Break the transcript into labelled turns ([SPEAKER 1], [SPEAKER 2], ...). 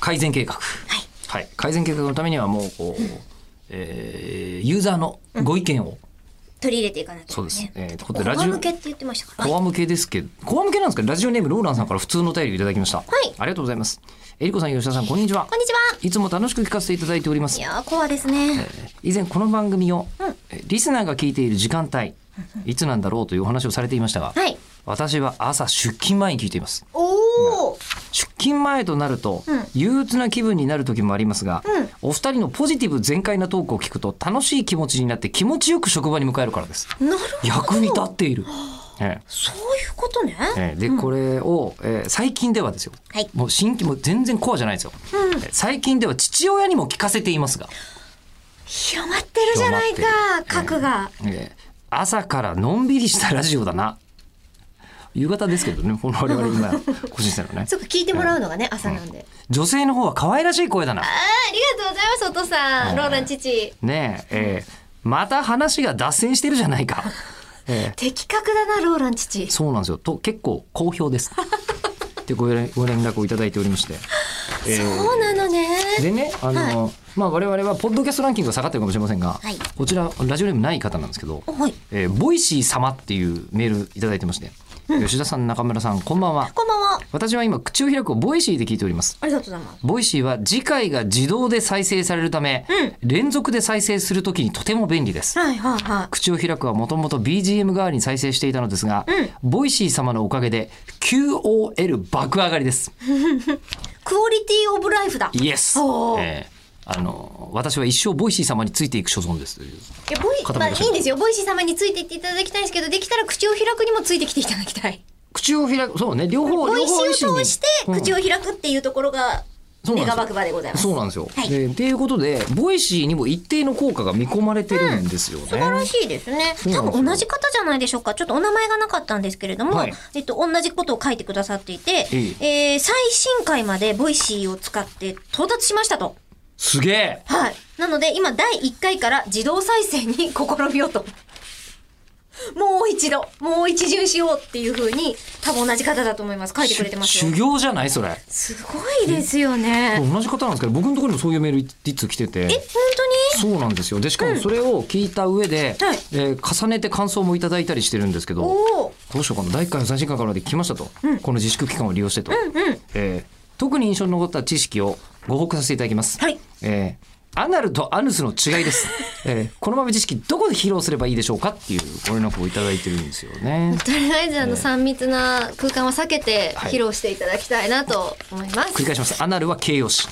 [SPEAKER 1] 改善計画、はい改善計画のためにはもうこう、えーユーザーのご意見を、
[SPEAKER 2] 取り入れていかなきゃいけ
[SPEAKER 1] そう
[SPEAKER 2] ない
[SPEAKER 1] です、
[SPEAKER 2] ね。
[SPEAKER 1] えーというこ
[SPEAKER 2] こと
[SPEAKER 1] でラ
[SPEAKER 2] こ
[SPEAKER 1] ジオ
[SPEAKER 2] 向けって言ってましたから。
[SPEAKER 1] コア向けですけど、コア向けなんですかラジオネームローランさんから普通のお便りをいただきました。はいありがとうございます。えりこさん、吉田さん、こんにちは。
[SPEAKER 2] こんにちは。
[SPEAKER 1] いつも楽しく聞かせていただいております
[SPEAKER 2] い。やー、コアですね。
[SPEAKER 1] 以前この番組を、
[SPEAKER 2] うん
[SPEAKER 1] えリスナーが聞いている時間帯、いつなんだろうというお話をされていましたが、
[SPEAKER 2] はい。
[SPEAKER 1] 私は朝出勤前に聞いています。
[SPEAKER 2] おお。
[SPEAKER 1] 出勤前となると、
[SPEAKER 2] うん
[SPEAKER 1] 憂鬱な気分になる時もありますが、
[SPEAKER 2] うん
[SPEAKER 1] お二人のポジティブ全開なトークを聞くと楽しい気持ちになって気持ちよく職場に向かえるからです。
[SPEAKER 2] なるほど。
[SPEAKER 1] 役に立っている。ええ
[SPEAKER 2] そういうことね。
[SPEAKER 1] ええで、これを、えー最近ではですよ。
[SPEAKER 2] はい。
[SPEAKER 1] もう新規も全然コアじゃないですよ。
[SPEAKER 2] うん。
[SPEAKER 1] 最近では父親にも聞かせていますが、
[SPEAKER 2] 広まってるじゃない
[SPEAKER 1] 広ま
[SPEAKER 2] か、核が。
[SPEAKER 1] えー朝からのんびりしたラジオだな。夕方ですけどね、この我々 今、個人生のね。
[SPEAKER 2] そうか、聞いてもらうのがね、朝なんで。
[SPEAKER 1] 女性の方は可愛らしい声だな。
[SPEAKER 2] あーありがとうございます、お父さん。ローラン父。
[SPEAKER 1] ねえ、えーまた話が脱線してるじゃない か。え
[SPEAKER 2] 的確だな、ローラン父
[SPEAKER 1] ー。そうなんですよ。と、結構好評です。でご連ご連絡をいただいておりまして。えー
[SPEAKER 2] そうなのね。
[SPEAKER 1] でね、あの、まあ我々はポッドキャストランキングが下がってるかもしれませんが、
[SPEAKER 2] はい
[SPEAKER 1] こちらラジオネームない方なんですけど、
[SPEAKER 2] おはい。
[SPEAKER 1] えーボイシー様っていうメールいただいてまして、吉田さん中村さんこんばんは
[SPEAKER 2] こんばんは。
[SPEAKER 1] 私は今口を開くをボイシーで聞いております
[SPEAKER 2] ありがとうございます。
[SPEAKER 1] ボイシーは次回が自動で再生されるため、連続で再生するときにとても便利です
[SPEAKER 2] はいはいは
[SPEAKER 1] 口を開くはもともと BGM 代わりに再生していたのですが、ボイシー様のおかげで QOL 爆上がりです
[SPEAKER 2] い。クオリティオブライフだ。
[SPEAKER 1] イエス、
[SPEAKER 2] おー
[SPEAKER 1] えーあの私は一生ボイシー様についていく所存ですという
[SPEAKER 2] いやボイ
[SPEAKER 1] 片
[SPEAKER 2] まあ、
[SPEAKER 1] 目
[SPEAKER 2] い
[SPEAKER 1] が
[SPEAKER 2] いんですよボイシー様についていっていただきたいんですけどできたら口を開くにもついてきていただきたい
[SPEAKER 1] 口を開くそうね両方
[SPEAKER 2] ボ
[SPEAKER 1] 両
[SPEAKER 2] イシ
[SPEAKER 1] 方
[SPEAKER 2] ーを通して
[SPEAKER 1] うん
[SPEAKER 2] 口を開くっていうところが
[SPEAKER 1] そうなんですよ
[SPEAKER 2] メガバクバでございます
[SPEAKER 1] そうなんですよ。
[SPEAKER 2] はい
[SPEAKER 1] でっていうことでボイシーにも一定の効果が見込まれてるんですよね。
[SPEAKER 2] 素晴らしいですね
[SPEAKER 1] うなん
[SPEAKER 2] 多
[SPEAKER 1] ですよ
[SPEAKER 2] 分同じ方じゃないでしょうかちょっとお名前がなかったんですけれども、
[SPEAKER 1] はい
[SPEAKER 2] えっと、同じことを書いてくださっていて、
[SPEAKER 1] え
[SPEAKER 2] えー最新回までボイシーを使って到達しましたと
[SPEAKER 1] すげえ
[SPEAKER 2] はい。なので、今、第1回から自動再生に 試みようと。もう一度、もう一巡しようっていう風に、多分同じ方だと思います。書いてくれてます
[SPEAKER 1] 修
[SPEAKER 2] よ。
[SPEAKER 1] 行じゃないそれ。
[SPEAKER 2] すごいですよね。
[SPEAKER 1] 同じ方なんですけど僕のところにもそういうメール一通来てて
[SPEAKER 2] え、。本当に
[SPEAKER 1] そうなんですよ。でしかもそれを聞いた上で、
[SPEAKER 2] はい
[SPEAKER 1] えー重ねて感想もいただいたりしてるんですけど、
[SPEAKER 2] おお。
[SPEAKER 1] どうしようかな第一回の最新刊からまで来ましたと、この自粛期間を利用してと、
[SPEAKER 2] うん。
[SPEAKER 1] えー特に印象に残った知識をご報告させていただきます。
[SPEAKER 2] はい。
[SPEAKER 1] えーアナルとアヌスの違い です。えーこの豆知識どこで披露すればいいでしょうかっていうご連絡をいただいてるんですよね。
[SPEAKER 2] とりあえず、あの、3密な空間は避けて、
[SPEAKER 1] はい
[SPEAKER 2] 披露していただきたいなと思います。
[SPEAKER 1] 繰り返します。アナルは形容詞、